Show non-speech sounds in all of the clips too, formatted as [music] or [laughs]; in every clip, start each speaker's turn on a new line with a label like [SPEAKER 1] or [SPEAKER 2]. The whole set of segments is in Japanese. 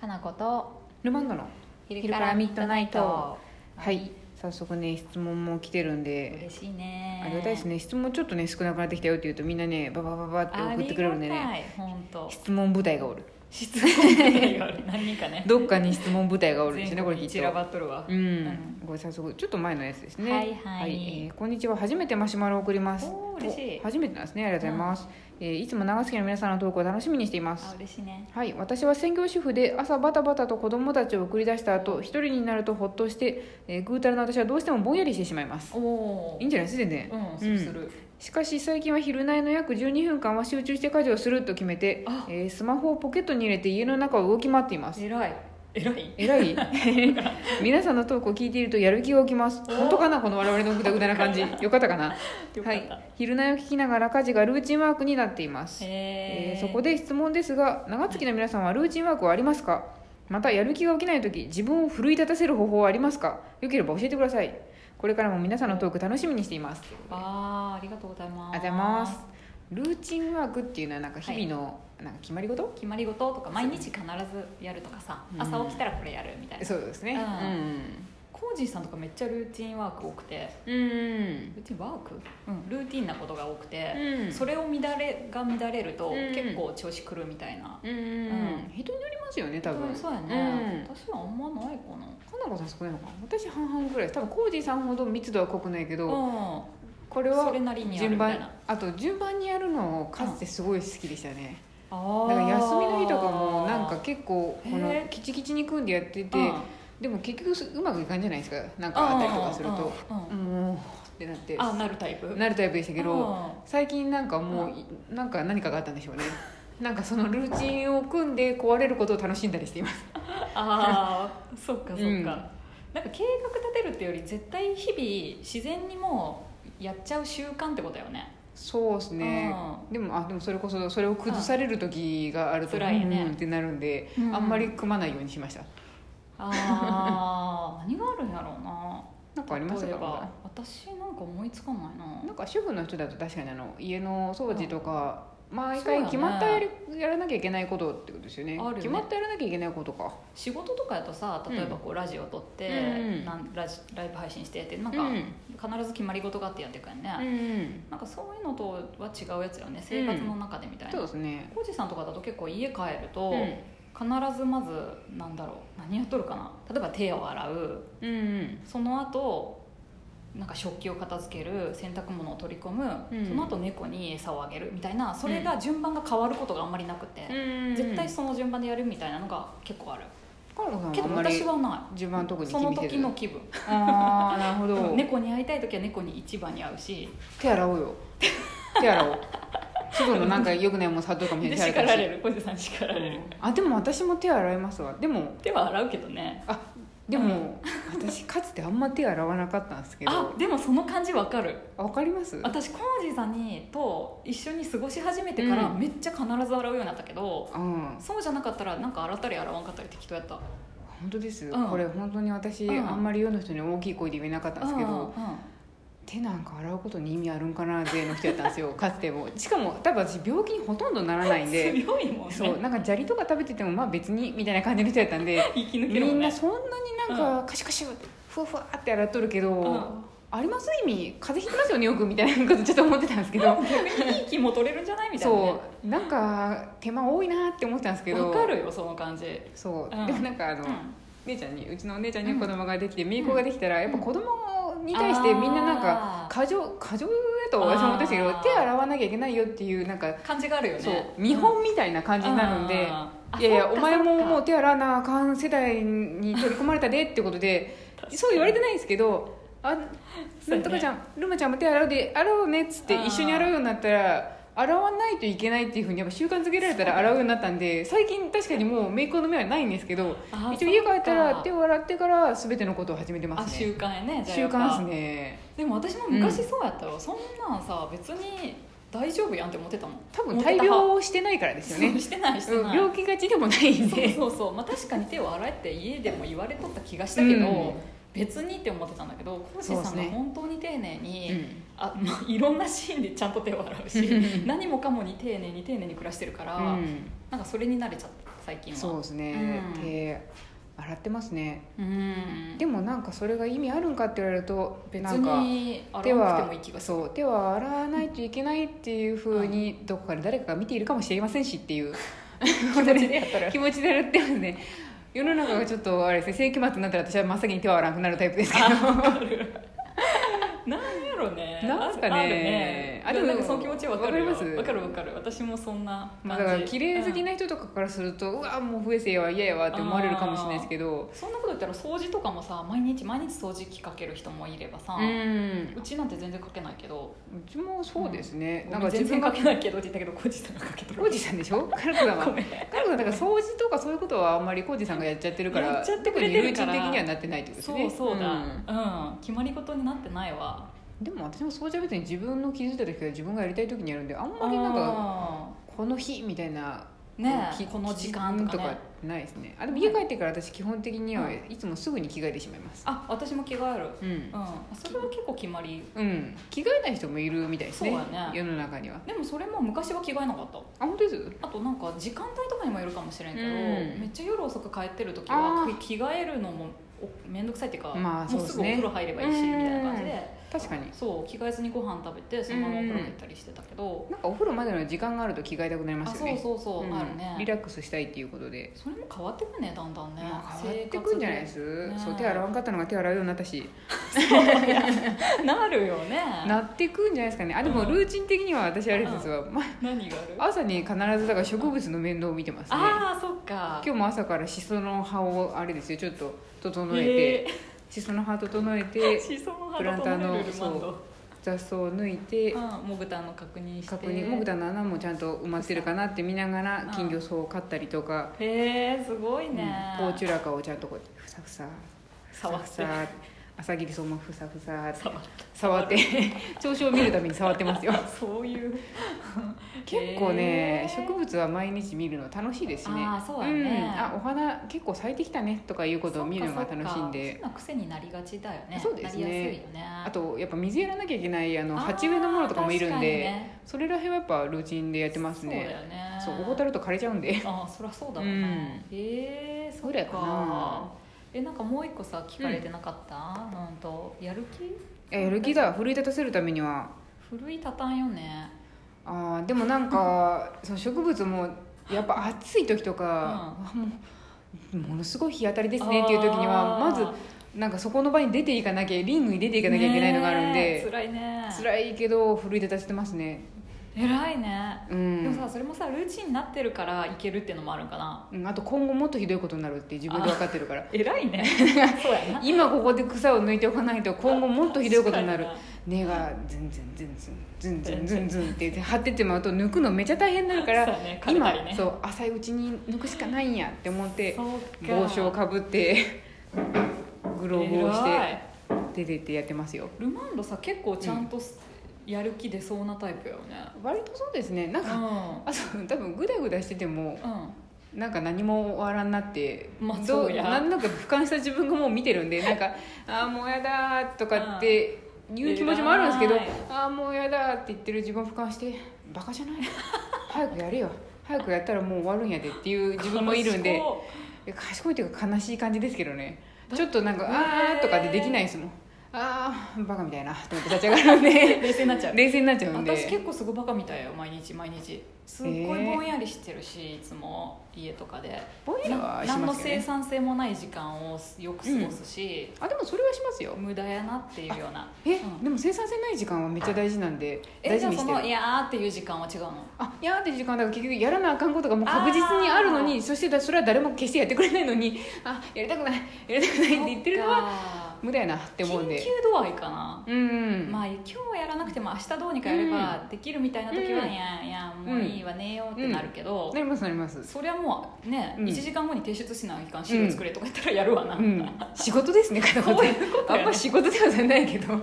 [SPEAKER 1] かなこと
[SPEAKER 2] ルマンドの
[SPEAKER 1] 昼
[SPEAKER 2] からミッドナイトは
[SPEAKER 1] はい
[SPEAKER 2] い早速ね質問も来てるんで
[SPEAKER 1] 嬉しいね
[SPEAKER 2] ありがたいですね質問ちょっとね少なくなってきたよって言うとみんなねバババババって送ってくれるんで
[SPEAKER 1] ありが
[SPEAKER 2] ね
[SPEAKER 1] たい本当
[SPEAKER 2] 質問部隊がおる
[SPEAKER 1] 質問内容何人かね
[SPEAKER 2] [laughs] どっかに質問部隊がおるんです
[SPEAKER 1] [laughs] 全
[SPEAKER 2] よねこれ
[SPEAKER 1] 国
[SPEAKER 2] き
[SPEAKER 1] に
[SPEAKER 2] っ
[SPEAKER 1] 散ら
[SPEAKER 2] と
[SPEAKER 1] ばっとるわ
[SPEAKER 2] うん、
[SPEAKER 1] ん
[SPEAKER 2] これ早速ちょっと前のやつですね
[SPEAKER 1] はいはい
[SPEAKER 2] えーこんにちは初めてマシュマロを送ります
[SPEAKER 1] おー嬉しい
[SPEAKER 2] 初めてなんですねありがとうございます、えーいつも長崎の皆さんの投稿を楽しみにしています
[SPEAKER 1] あ嬉しいね
[SPEAKER 2] はい、私は専業主婦で朝バタバタと子供たちを送り出した後一人になるとほっとして、えー、ぐうたらな私はどうしてもぼんやりしてしまいます
[SPEAKER 1] おお
[SPEAKER 2] いいんじゃないです全然
[SPEAKER 1] うんするする
[SPEAKER 2] しかし最近は昼寝の約12分間は集中して家事をすると決めて
[SPEAKER 1] あ、
[SPEAKER 2] えースマホをポケットに入れて家の中を動き回っています
[SPEAKER 1] えらいえらい
[SPEAKER 2] えらい皆さんのトークを聞いているとやる気が起きます本当かなこの我々のグダグダな感じよかったかな
[SPEAKER 1] よ
[SPEAKER 2] は
[SPEAKER 1] かっ
[SPEAKER 2] い
[SPEAKER 1] た、
[SPEAKER 2] 昼寝を聞きながら家事がルーチンワークになっていますえ
[SPEAKER 1] え
[SPEAKER 2] ーそこで質問ですが長月の皆さんはルーチンワークはありますかまたやる気が起きない時自分を奮い立たせる方法はありますかよければ教えてくださいこれからも皆さんのトーク楽しみにしていますあ
[SPEAKER 1] あーありがとうございます
[SPEAKER 2] りがとうございますルーチンワークっていうのはなんか日々の、なんか決まり事
[SPEAKER 1] 決まり事とか毎日必ずやるとかさ
[SPEAKER 2] うん
[SPEAKER 1] 朝起きたらこれやるみたいな
[SPEAKER 2] そうですね
[SPEAKER 1] コージーさんとかめっちゃルーティンワーク多くて
[SPEAKER 2] うんうん
[SPEAKER 1] ルーティンワーク、うん、ルーティンなことが多くて、
[SPEAKER 2] うん
[SPEAKER 1] それを乱れが乱れると
[SPEAKER 2] うん
[SPEAKER 1] 結構調子くるみたいな、
[SPEAKER 2] うん、うん、人によりますよね多分、
[SPEAKER 1] うんそうやね、
[SPEAKER 2] うん
[SPEAKER 1] 私はあんまないかな
[SPEAKER 2] かなこさん少ないのかな私半々ぐらいです多分コージーさんほど密度は濃くないけど、
[SPEAKER 1] うん
[SPEAKER 2] これ
[SPEAKER 1] そ
[SPEAKER 2] は
[SPEAKER 1] れなりにやる
[SPEAKER 2] 順
[SPEAKER 1] みたい
[SPEAKER 2] 番
[SPEAKER 1] な
[SPEAKER 2] あと順番にやるのをかつてすごい好きでしたね、
[SPEAKER 1] あ
[SPEAKER 2] だ
[SPEAKER 1] ー
[SPEAKER 2] から休みの日とかもなんか結構
[SPEAKER 1] へ
[SPEAKER 2] こ
[SPEAKER 1] ー
[SPEAKER 2] のキチキチに組んでやってて、
[SPEAKER 1] うん
[SPEAKER 2] でも結局すうまくいかんじゃないですかなんかあったりとかすると、
[SPEAKER 1] うんうんうん
[SPEAKER 2] もうってなって
[SPEAKER 1] あなるタイプ
[SPEAKER 2] なるタイプでしたけど
[SPEAKER 1] う
[SPEAKER 2] 最近なんかもうい、なんか何かがあったんでしょうね [laughs] なんかそのルーチンを組んで壊れることを楽しんだりしています
[SPEAKER 1] んあーそっかそっか、
[SPEAKER 2] うん
[SPEAKER 1] なんか計画立てるっていうより絶対日々自然にもうやっちゃう習慣ってことよね
[SPEAKER 2] そうですねでもあでもそれこそそれを崩される時があると
[SPEAKER 1] 辛いよね
[SPEAKER 2] うんうんってなるんで、
[SPEAKER 1] うん
[SPEAKER 2] あんまり組まないようにしました
[SPEAKER 1] あ
[SPEAKER 2] [laughs]
[SPEAKER 1] あ何があるんやろうな
[SPEAKER 2] なんかあります
[SPEAKER 1] 例え
[SPEAKER 2] か
[SPEAKER 1] ば私なんか思いつかない
[SPEAKER 2] な
[SPEAKER 1] なん
[SPEAKER 2] か主婦の人だと確かにあの家の掃除とか、毎回決まったやりやらなきゃいけないことってことですよね
[SPEAKER 1] あるよね
[SPEAKER 2] 決まったやらなきゃいけないことか
[SPEAKER 1] 仕事とかやとさ例えばこうラジオ撮って、
[SPEAKER 2] うん
[SPEAKER 1] なんラジライブ配信してってなん
[SPEAKER 2] う
[SPEAKER 1] か
[SPEAKER 2] ん
[SPEAKER 1] 必ず決まり事があってやってくからね、
[SPEAKER 2] うん
[SPEAKER 1] なんかそういうのとは違うやつよね生活の中でみたい
[SPEAKER 2] そう
[SPEAKER 1] な、
[SPEAKER 2] ですね
[SPEAKER 1] コージさんとかだと結構家帰ると、
[SPEAKER 2] うん
[SPEAKER 1] 必ずまずなんだろう何やっとるかな例えば手を洗う
[SPEAKER 2] うん
[SPEAKER 1] その後なんか食器を片付ける洗濯物を取り込む、
[SPEAKER 2] うん
[SPEAKER 1] その後猫に餌をあげるみたいなそれが順番が変わることがあんまりなくて、
[SPEAKER 2] うん
[SPEAKER 1] 絶対その順番でやるみたいなのが結構ある、
[SPEAKER 2] かのこさん
[SPEAKER 1] け
[SPEAKER 2] はあ
[SPEAKER 1] ど
[SPEAKER 2] んまり
[SPEAKER 1] 私はな
[SPEAKER 2] 自分はい特に気
[SPEAKER 1] その
[SPEAKER 2] にして
[SPEAKER 1] 時
[SPEAKER 2] る
[SPEAKER 1] の気分
[SPEAKER 2] ああなるほ [laughs]
[SPEAKER 1] [laughs]
[SPEAKER 2] ど、
[SPEAKER 1] 猫に会いたい時は猫に一番に会うし
[SPEAKER 2] 手洗おうよ手洗おう外のなんか良くないもん触っとるかもしれ
[SPEAKER 1] で
[SPEAKER 2] ない
[SPEAKER 1] 叱られ
[SPEAKER 2] る
[SPEAKER 1] る小路さん叱られる、
[SPEAKER 2] あでも私も手洗いますわでも
[SPEAKER 1] 手は洗うけどね
[SPEAKER 2] あでも、私かつてあんま手洗わなかったんですけ
[SPEAKER 1] あ
[SPEAKER 2] ど
[SPEAKER 1] でもその感じわかる
[SPEAKER 2] あわかります
[SPEAKER 1] 私コージーさんにと一緒に過ごし始めてから
[SPEAKER 2] うん
[SPEAKER 1] めっちゃ必ず洗うようになったけど、
[SPEAKER 2] うん
[SPEAKER 1] そうじゃなかったらなんか洗ったり洗わんかったり適当やった
[SPEAKER 2] 本当です、
[SPEAKER 1] うん
[SPEAKER 2] これ本当に私、
[SPEAKER 1] うん
[SPEAKER 2] あんまり世の人に大きい声で言えなかったんですけど、
[SPEAKER 1] うんうん
[SPEAKER 2] 手なんか洗うことに意味あるんかな勢の人やったんですよかつてもしかも多分私病気にほとんどならな
[SPEAKER 1] [laughs]
[SPEAKER 2] いんで
[SPEAKER 1] 強いもんね
[SPEAKER 2] そうなんか砂利とか食べててもまあ別にみたいな感じの人やった
[SPEAKER 1] [laughs]
[SPEAKER 2] んで
[SPEAKER 1] 生き抜け
[SPEAKER 2] み
[SPEAKER 1] るもん
[SPEAKER 2] んな
[SPEAKER 1] ね
[SPEAKER 2] そんなになんかカシカシふわふわって洗っとるけど、
[SPEAKER 1] うん
[SPEAKER 2] あります意味風邪ひきますよねよくみたいなことちょっと思ってたんです
[SPEAKER 1] [laughs]
[SPEAKER 2] けど
[SPEAKER 1] いい気も取れるんじゃないみたいな、ね
[SPEAKER 2] そ、うなんか手間多いなって思ってたんですけど
[SPEAKER 1] わかるよその感じ
[SPEAKER 2] そう、
[SPEAKER 1] うん
[SPEAKER 2] でもなんかあの、
[SPEAKER 1] うん
[SPEAKER 2] 姉ちゃんにうちのお姉ちゃんに子供ができて姪っ子ができたら、やっぱ子供に
[SPEAKER 1] に
[SPEAKER 2] 対してみんななんか過剰過剰だと私も思ったんですけ
[SPEAKER 1] あ
[SPEAKER 2] ど
[SPEAKER 1] ー
[SPEAKER 2] 手洗わなきゃいけないよっていうなんか
[SPEAKER 1] 感じがあるよね
[SPEAKER 2] そう見本みたいな感じになるんで、
[SPEAKER 1] あー
[SPEAKER 2] いやい
[SPEAKER 1] あ
[SPEAKER 2] や
[SPEAKER 1] そっ
[SPEAKER 2] お
[SPEAKER 1] か
[SPEAKER 2] 前も
[SPEAKER 1] そっか
[SPEAKER 2] もう手洗わなあかん世代に取り込まれたでってことでそう言われてないんですけどあ
[SPEAKER 1] そうやね
[SPEAKER 2] なんとかちゃん、ルマちゃんも手洗うで洗おうねっつって
[SPEAKER 1] あー
[SPEAKER 2] 一緒に洗うようになったら洗わないといけないっていうふうにやっぱ習慣づけられたら洗うようになったんで最近確かにもう姪っ子の目はないんですけど
[SPEAKER 1] あー
[SPEAKER 2] 一応家帰った
[SPEAKER 1] そ
[SPEAKER 2] ら
[SPEAKER 1] っか
[SPEAKER 2] 手を洗ってから全てのことを始めてま
[SPEAKER 1] あ
[SPEAKER 2] すね
[SPEAKER 1] 習慣やねじゃあ
[SPEAKER 2] 習
[SPEAKER 1] やっぱ
[SPEAKER 2] 慣ですね
[SPEAKER 1] でも私も昔そうやったよ、そんなんさ別に大丈夫やんって思ってたもん
[SPEAKER 2] 多分
[SPEAKER 1] 思って
[SPEAKER 2] 大
[SPEAKER 1] た
[SPEAKER 2] 病してないからですよね
[SPEAKER 1] そう [laughs] してないして
[SPEAKER 2] うん
[SPEAKER 1] ない、
[SPEAKER 2] 病気がちでもないん
[SPEAKER 1] そう
[SPEAKER 2] で
[SPEAKER 1] そうそう、まあ、確かに手を洗えって家でも言われとった気がしたけど、
[SPEAKER 2] うん
[SPEAKER 1] 別にって思ってたんだけどコージーさ
[SPEAKER 2] そうんで
[SPEAKER 1] が
[SPEAKER 2] すね
[SPEAKER 1] 本当に丁寧に、
[SPEAKER 2] うん
[SPEAKER 1] あまあ、いろんなシーンでちゃんと手を洗うし
[SPEAKER 2] うん
[SPEAKER 1] 何もかもに丁寧に丁寧に暮らしてるから、
[SPEAKER 2] うん
[SPEAKER 1] なんかそれに慣れちゃっ最近は
[SPEAKER 2] そうですね、
[SPEAKER 1] うん
[SPEAKER 2] 手洗ってますね
[SPEAKER 1] うん
[SPEAKER 2] でもなんかそれが意味あるんかって言われると
[SPEAKER 1] 別
[SPEAKER 2] なんか
[SPEAKER 1] に
[SPEAKER 2] 手
[SPEAKER 1] 洗わなくて
[SPEAKER 2] は
[SPEAKER 1] もいい気がする
[SPEAKER 2] そう手は洗わないといけないっていうふうにどこかで誰かが見ているかもしれませんしっていう
[SPEAKER 1] [laughs] 気持ちでやったら
[SPEAKER 2] 気持ちでやってますね世の中がちょっとあれですね世紀末になったら私は真っ先に手は洗わなくなるタイプですけど
[SPEAKER 1] なんやろね
[SPEAKER 2] なんすかね
[SPEAKER 1] あるね
[SPEAKER 2] あ
[SPEAKER 1] あ
[SPEAKER 2] で
[SPEAKER 1] で
[SPEAKER 2] も
[SPEAKER 1] もなんかその気持ちわかるよ
[SPEAKER 2] わかります
[SPEAKER 1] わかるわかる私もそんな
[SPEAKER 2] ま
[SPEAKER 1] 感
[SPEAKER 2] あ
[SPEAKER 1] じ
[SPEAKER 2] だから綺麗好き
[SPEAKER 1] うん
[SPEAKER 2] な人とかからすると、うわもう不衛生は嫌やわって思われるかもしれないですけど
[SPEAKER 1] そんなこと言ったら掃除とかもさ毎日毎日掃除機かける人もいればさ、
[SPEAKER 2] う
[SPEAKER 1] うんちなんて全然かけないけど
[SPEAKER 2] うちもそうですね、
[SPEAKER 1] な
[SPEAKER 2] なんん
[SPEAKER 1] か
[SPEAKER 2] か
[SPEAKER 1] 全
[SPEAKER 2] 自
[SPEAKER 1] 然
[SPEAKER 2] 分
[SPEAKER 1] か
[SPEAKER 2] が
[SPEAKER 1] けないけどって言ったけどコージさんがかけと
[SPEAKER 2] コー
[SPEAKER 1] る
[SPEAKER 2] ジさんでしょカルコさんは
[SPEAKER 1] ごめん
[SPEAKER 2] カルコさんだから掃除とかそういうことはあんまりコージさんがやっちゃってるから
[SPEAKER 1] やっちゃってくれてるから
[SPEAKER 2] 特にルーチン的にはなってないってことです
[SPEAKER 1] そ
[SPEAKER 2] ね
[SPEAKER 1] うそうだ
[SPEAKER 2] ん
[SPEAKER 1] うん、決まり事になってないわ
[SPEAKER 2] でも私も掃除は別に自分の気づいた時から自分がやりたい時にやるんであんまりなんかこの日みたいな
[SPEAKER 1] うんね
[SPEAKER 2] き
[SPEAKER 1] この時間とか,、ね、
[SPEAKER 2] ないですねあでも家帰ってから私基本的には
[SPEAKER 1] うん
[SPEAKER 2] いつもすぐに着替えてしまいます
[SPEAKER 1] あ私も着替える
[SPEAKER 2] うん、
[SPEAKER 1] うんそれは結構決まり
[SPEAKER 2] うん、着替えない人もいるみたいですね
[SPEAKER 1] そうだね
[SPEAKER 2] 世の中には
[SPEAKER 1] でもそれも昔は着替えなかった
[SPEAKER 2] あ本当です
[SPEAKER 1] あとなんか時間帯とかにもよるかもしれんけど、
[SPEAKER 2] うん
[SPEAKER 1] めっちゃ夜遅く帰ってる時
[SPEAKER 2] あ
[SPEAKER 1] は
[SPEAKER 2] ー
[SPEAKER 1] 着替えるのもお面倒くさいっていうか、
[SPEAKER 2] まあそう
[SPEAKER 1] も
[SPEAKER 2] で
[SPEAKER 1] うす
[SPEAKER 2] す
[SPEAKER 1] ぐお
[SPEAKER 2] ね
[SPEAKER 1] 風呂入ればいいし、みたいな感じで
[SPEAKER 2] 確かに
[SPEAKER 1] そう着替えずにご飯食べてそのままお風呂入ったりしてたけど、
[SPEAKER 2] なんかお風呂までの時間があると着替えたくなりま
[SPEAKER 1] あ
[SPEAKER 2] す
[SPEAKER 1] そう
[SPEAKER 2] よね
[SPEAKER 1] そうそう、
[SPEAKER 2] うん
[SPEAKER 1] あるね
[SPEAKER 2] リラックスしたいっていうことで、
[SPEAKER 1] それも変わってくねだんだんね、
[SPEAKER 2] まあ、変わってくんじゃないです
[SPEAKER 1] ね
[SPEAKER 2] そう手洗わんかったのが手洗うようになったし
[SPEAKER 1] 生活でなるよね
[SPEAKER 2] なってくんじゃないですかねあでも
[SPEAKER 1] うん
[SPEAKER 2] ルーチン的には私あれですわ、ま
[SPEAKER 1] 何がある
[SPEAKER 2] あ朝に必ずだから植物の面倒を見てますね
[SPEAKER 1] あーそっか
[SPEAKER 2] 今日も朝からしその葉をあれですよちょっと整え
[SPEAKER 1] え
[SPEAKER 2] てしその葉整え
[SPEAKER 1] ー、
[SPEAKER 2] て
[SPEAKER 1] シソの
[SPEAKER 2] プラ
[SPEAKER 1] 花
[SPEAKER 2] ン
[SPEAKER 1] と
[SPEAKER 2] ターの
[SPEAKER 1] モレルマンド
[SPEAKER 2] 雑草を抜いて
[SPEAKER 1] うんモグタの確認して
[SPEAKER 2] 確認モグタの穴もちゃんと埋まってるかなって見なが
[SPEAKER 1] うん
[SPEAKER 2] ら金魚草を飼ったりとか、
[SPEAKER 1] へえすごい
[SPEAKER 2] うん
[SPEAKER 1] ね、
[SPEAKER 2] ポーチュラカをちゃんとこうやってふさふさふ
[SPEAKER 1] 触
[SPEAKER 2] さ
[SPEAKER 1] っ
[SPEAKER 2] ふ
[SPEAKER 1] て
[SPEAKER 2] さ朝霧草もふさふさって
[SPEAKER 1] 触って
[SPEAKER 2] 触って [laughs] 調子を見るために触ってますよ
[SPEAKER 1] そういう
[SPEAKER 2] 結構ね、
[SPEAKER 1] へー
[SPEAKER 2] 植物は毎日見るの楽しいですね
[SPEAKER 1] あーそうだね
[SPEAKER 2] んあお花結構咲いてきたねとかいうことを見るのが楽しいん
[SPEAKER 1] そっかそっかそ
[SPEAKER 2] で
[SPEAKER 1] んな癖になりがちだよね
[SPEAKER 2] そうですね
[SPEAKER 1] なりやすいよね
[SPEAKER 2] あとやっぱ水やらなきゃいけないあの
[SPEAKER 1] あー
[SPEAKER 2] 鉢植えのものとかもいるん
[SPEAKER 1] 確
[SPEAKER 2] で、
[SPEAKER 1] にね
[SPEAKER 2] それらへんはやっぱルーチンでやってます
[SPEAKER 1] そうだ
[SPEAKER 2] ね
[SPEAKER 1] よね
[SPEAKER 2] そうお蛍と枯れちゃうんで [laughs]
[SPEAKER 1] ああそりゃそうだろう
[SPEAKER 2] うん
[SPEAKER 1] ねへえそっ
[SPEAKER 2] ぐらいかな
[SPEAKER 1] えなんかもう一個さ聞かれてなかったうんとやる気
[SPEAKER 2] えルギだ奮い立たせるためには
[SPEAKER 1] 奮い立たんよね
[SPEAKER 2] あーでもな
[SPEAKER 1] [laughs]
[SPEAKER 2] んかその植物もやっぱ暑い時とか、あもうものすごい日当たりですねっていう時には
[SPEAKER 1] あ
[SPEAKER 2] まず
[SPEAKER 1] ー
[SPEAKER 2] なんかそこの場に出ていかなきゃリングに出ていかなきゃいけないのがある
[SPEAKER 1] ね
[SPEAKER 2] ん
[SPEAKER 1] え
[SPEAKER 2] で、
[SPEAKER 1] 辛いね
[SPEAKER 2] 辛いけど奮い立たせてますね
[SPEAKER 1] 偉いね
[SPEAKER 2] う
[SPEAKER 1] でもさ
[SPEAKER 2] ん、
[SPEAKER 1] それもさルーチンになってるからいけるっていうのもあるんかな
[SPEAKER 2] うん、あと今後もっとひどいことになるって自分で分かってるから
[SPEAKER 1] 偉い
[SPEAKER 2] [laughs]
[SPEAKER 1] ねそうやな
[SPEAKER 2] 今ここで草を抜いておかないと今後もっとひどいことになる
[SPEAKER 1] 確か
[SPEAKER 2] 根がズンズンズンズンズンズンズンズンって言って張ってってもらうと抜くのめちゃ大変になるから
[SPEAKER 1] そうね枯れ
[SPEAKER 2] 今
[SPEAKER 1] たりね
[SPEAKER 2] そう浅いうちに抜くしかないんやって思って
[SPEAKER 1] そうか
[SPEAKER 2] 帽子をかぶってグローブをし
[SPEAKER 1] 偉
[SPEAKER 2] て
[SPEAKER 1] い
[SPEAKER 2] 出てってやってますよ
[SPEAKER 1] ルマンドさ結構ちゃんとすやる気出そうなタイプやよね
[SPEAKER 2] 割とそうですねなん
[SPEAKER 1] う
[SPEAKER 2] か、
[SPEAKER 1] ん
[SPEAKER 2] あと多分グダグダしてても
[SPEAKER 1] うん
[SPEAKER 2] なんか何も終わらんなって、
[SPEAKER 1] まあ
[SPEAKER 2] ど
[SPEAKER 1] そうや
[SPEAKER 2] なんだか俯瞰した自分がもう見てるんでな
[SPEAKER 1] [laughs]
[SPEAKER 2] んか「ああもうやだ」とかっていう気持ちもあるんですけど
[SPEAKER 1] 偉い
[SPEAKER 2] 「ああもうやだ」って言ってる自分を俯瞰して「バカじゃない早くやれよ早くやったらもう終わるんやで」っていう自分もいるんで
[SPEAKER 1] 賢
[SPEAKER 2] いや賢いというか悲しい感じですけどね
[SPEAKER 1] だ
[SPEAKER 2] ちょっとなん
[SPEAKER 1] ね
[SPEAKER 2] か「ああ」とかでできないですもん「ああバカみたいな」と思って立ち上がるん
[SPEAKER 1] [laughs]
[SPEAKER 2] [laughs] で
[SPEAKER 1] 冷静になっちゃう
[SPEAKER 2] 冷静になっちゃうんで
[SPEAKER 1] 私結構すごいバカみたいよ毎日毎日すっごい
[SPEAKER 2] えー
[SPEAKER 1] ぼんやりしてるしいつも家とかで
[SPEAKER 2] ぼんやりはし
[SPEAKER 1] 何
[SPEAKER 2] ま
[SPEAKER 1] の
[SPEAKER 2] すよ
[SPEAKER 1] 生
[SPEAKER 2] ね
[SPEAKER 1] 産性もない時間をよく過ごすし
[SPEAKER 2] あでもそれはしますよ
[SPEAKER 1] 無駄やなっていうような
[SPEAKER 2] え、
[SPEAKER 1] うん
[SPEAKER 2] でも生産性ない時間はめっちゃ大事なんで
[SPEAKER 1] え
[SPEAKER 2] 大
[SPEAKER 1] じ
[SPEAKER 2] 事
[SPEAKER 1] ゃあそ
[SPEAKER 2] にしてる
[SPEAKER 1] の「いやー」っていう時間は違うの
[SPEAKER 2] あいやーって時間だから結局やらなあかんことがもう確実にあるのにそしてだそれは誰も決してやってくれない
[SPEAKER 1] [laughs]
[SPEAKER 2] のにあやりたくないやりたくない [laughs] って言ってるのは
[SPEAKER 1] は
[SPEAKER 2] 無駄やなって思うん
[SPEAKER 1] 緊
[SPEAKER 2] で
[SPEAKER 1] 急度合いかな
[SPEAKER 2] うんうん、
[SPEAKER 1] まあ今日やらなくても明日どうにかやればできるみたいな時は「
[SPEAKER 2] うん
[SPEAKER 1] いやいやもういいわねよ」ってなるけど
[SPEAKER 2] なりますなります
[SPEAKER 1] そりゃもうね
[SPEAKER 2] うん
[SPEAKER 1] 1時間後に提出しなきゃいかん資料作れとか言ったらやるわな [laughs]
[SPEAKER 2] うん仕事ですね片言
[SPEAKER 1] そういうことやね
[SPEAKER 2] あんま仕事ではないけど
[SPEAKER 1] でも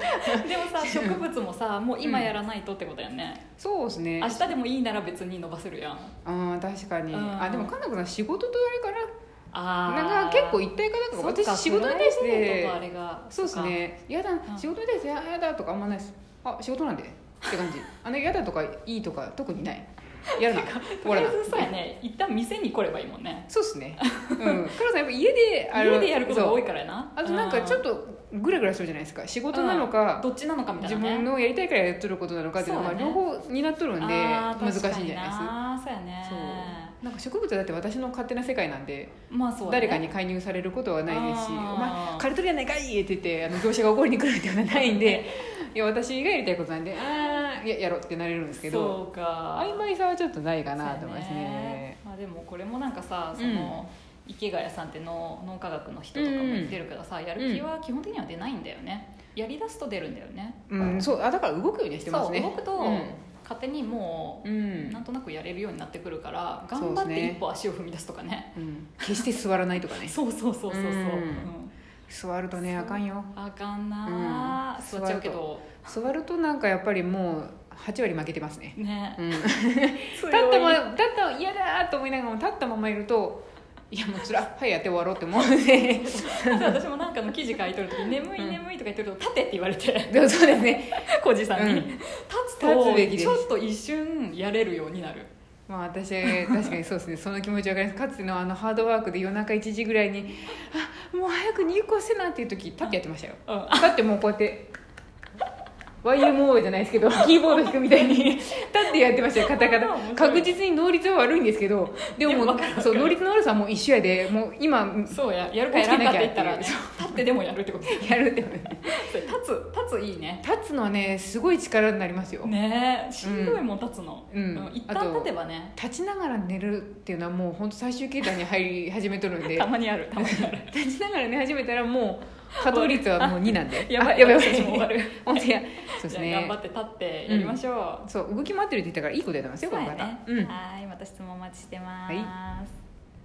[SPEAKER 2] [laughs]
[SPEAKER 1] さ植物もさもう今やらないとってことやね、
[SPEAKER 2] そうですね
[SPEAKER 1] 明日でもいいなら別に伸ばせるやん
[SPEAKER 2] あー確かに
[SPEAKER 1] うん
[SPEAKER 2] あでもかなこさん仕事とあれから
[SPEAKER 1] あ
[SPEAKER 2] なんか結構一体化だから私仕事に対し
[SPEAKER 1] プライベート
[SPEAKER 2] て
[SPEAKER 1] とあれが
[SPEAKER 2] そうですね嫌だ
[SPEAKER 1] ん
[SPEAKER 2] 仕事に対して [laughs] ややだとかあんまないですあ仕事なんでって感じあの嫌だとかいいとか特にないやるな
[SPEAKER 1] と
[SPEAKER 2] 終
[SPEAKER 1] りあ
[SPEAKER 2] わら
[SPEAKER 1] え
[SPEAKER 2] な
[SPEAKER 1] ずそうやね一旦店に来ればいいもんね
[SPEAKER 2] そうっ
[SPEAKER 1] [laughs]
[SPEAKER 2] すねうんカロさんやっぱ家であの
[SPEAKER 1] 家でやることが多
[SPEAKER 2] そう
[SPEAKER 1] いからやな
[SPEAKER 2] あとなんかちょっとグラグラするじゃないですか仕事なの
[SPEAKER 1] うん
[SPEAKER 2] か
[SPEAKER 1] どっちなのかみたい
[SPEAKER 2] 自
[SPEAKER 1] な、ね、
[SPEAKER 2] 分のやりたいからやっとることなのかっていうのが
[SPEAKER 1] そうだ
[SPEAKER 2] 両
[SPEAKER 1] ね
[SPEAKER 2] 方になっとるんで
[SPEAKER 1] あー
[SPEAKER 2] 難しいんじ
[SPEAKER 1] 確
[SPEAKER 2] ゃないですか
[SPEAKER 1] かになそうやね
[SPEAKER 2] そうなんか植物だって私の勝手な世界なんで
[SPEAKER 1] まあそうだね
[SPEAKER 2] 誰かに介入されることはないですし「
[SPEAKER 1] あー
[SPEAKER 2] お前借りとるやないかい!」って言ってあの業者が怒りに来るっていうのはないんでいや私がやりたいことなんで「ああややろ」うってなれるんですけ
[SPEAKER 1] そ
[SPEAKER 2] ど
[SPEAKER 1] うか
[SPEAKER 2] 曖昧さはちょっとないかなと思います
[SPEAKER 1] そうや
[SPEAKER 2] ね。
[SPEAKER 1] まあ、でもこれもなんかさそ
[SPEAKER 2] うん
[SPEAKER 1] の、池谷さんって農農科学の人とかも言ってるけどさ、やる気は基本的には出ないんだよねやりだすと出るんだよね、
[SPEAKER 2] うん、そうあだから動くようにはしてますね
[SPEAKER 1] そう動くと
[SPEAKER 2] う
[SPEAKER 1] 勝手にも
[SPEAKER 2] ん、う
[SPEAKER 1] う、
[SPEAKER 2] ん
[SPEAKER 1] なんとなくやれるようになってくるから
[SPEAKER 2] そうです
[SPEAKER 1] 頑張っ
[SPEAKER 2] ね
[SPEAKER 1] て一歩足を踏み出すとか
[SPEAKER 2] [laughs]
[SPEAKER 1] ね
[SPEAKER 2] うん決して座らないとかね
[SPEAKER 1] そうそうそうそうそう、
[SPEAKER 2] う
[SPEAKER 1] う
[SPEAKER 2] ん
[SPEAKER 1] ん
[SPEAKER 2] 座るとね
[SPEAKER 1] そう
[SPEAKER 2] あかんよ
[SPEAKER 1] あかんなあ、
[SPEAKER 2] う
[SPEAKER 1] 座
[SPEAKER 2] ん
[SPEAKER 1] っちゃうけど
[SPEAKER 2] 座るとなんかやっぱりもう8割負けてますね、
[SPEAKER 1] ね [laughs]
[SPEAKER 2] うん、立
[SPEAKER 1] 立
[SPEAKER 2] ったまま立った嫌だーと思いながらも立ったままいるといやもうつらはいやって終わろうって思うん
[SPEAKER 1] [laughs]
[SPEAKER 2] で
[SPEAKER 1] 私もなんかの記事書いとる時に「眠い
[SPEAKER 2] うん
[SPEAKER 1] 眠い」とか言ってると「立て」って言われて [laughs]
[SPEAKER 2] でもそうですね
[SPEAKER 1] 小路さんに、
[SPEAKER 2] うん
[SPEAKER 1] 立つ
[SPEAKER 2] 立つべきです
[SPEAKER 1] とちょっと一瞬やれるようになる
[SPEAKER 2] まあ私確かにそうですねその気持ちわかりますかつてのあのハードワークで夜中1時ぐらいにあもう早く入校せなっていう時立ってやってましたよ
[SPEAKER 1] うんあ
[SPEAKER 2] 立ってもうこうやって YMO じゃないですけどキーボード弾くみたいに立ってやってましたよカタカ
[SPEAKER 1] 面白
[SPEAKER 2] タ
[SPEAKER 1] い
[SPEAKER 2] 確実に能率は悪いんですけどでも
[SPEAKER 1] でもわかるわかる
[SPEAKER 2] そう能率の悪さはもう一緒やでもう今
[SPEAKER 1] そうややるかやらんかって言
[SPEAKER 2] [laughs]
[SPEAKER 1] ったらね
[SPEAKER 2] 起きて
[SPEAKER 1] 立ってでもやるってこと
[SPEAKER 2] やるってね
[SPEAKER 1] 立つ立ついいね
[SPEAKER 2] 立つのはねすごい力になりますよ、
[SPEAKER 1] ねえしんどいもん立つの、
[SPEAKER 2] うん
[SPEAKER 1] 一
[SPEAKER 2] あ
[SPEAKER 1] 旦
[SPEAKER 2] と
[SPEAKER 1] 立てばね
[SPEAKER 2] 立ちながら寝るっていうのはもう本当最終形態に入り始めとるんで
[SPEAKER 1] たまにあるたまにある
[SPEAKER 2] 立ちながら寝始めたらもう稼働率はもう2なんで
[SPEAKER 1] やばい
[SPEAKER 2] あやばいやばい
[SPEAKER 1] 私も終わる
[SPEAKER 2] [laughs] 本当やそうで
[SPEAKER 1] じ
[SPEAKER 2] す
[SPEAKER 1] ゃあ [laughs] 頑張
[SPEAKER 2] ね
[SPEAKER 1] って立ってやりましょう、
[SPEAKER 2] そう動き回ってるって言ったからいいことやってますよ
[SPEAKER 1] そう
[SPEAKER 2] この
[SPEAKER 1] や
[SPEAKER 2] 方
[SPEAKER 1] ね、
[SPEAKER 2] うん
[SPEAKER 1] はいまた質問お待ちしてます、
[SPEAKER 2] は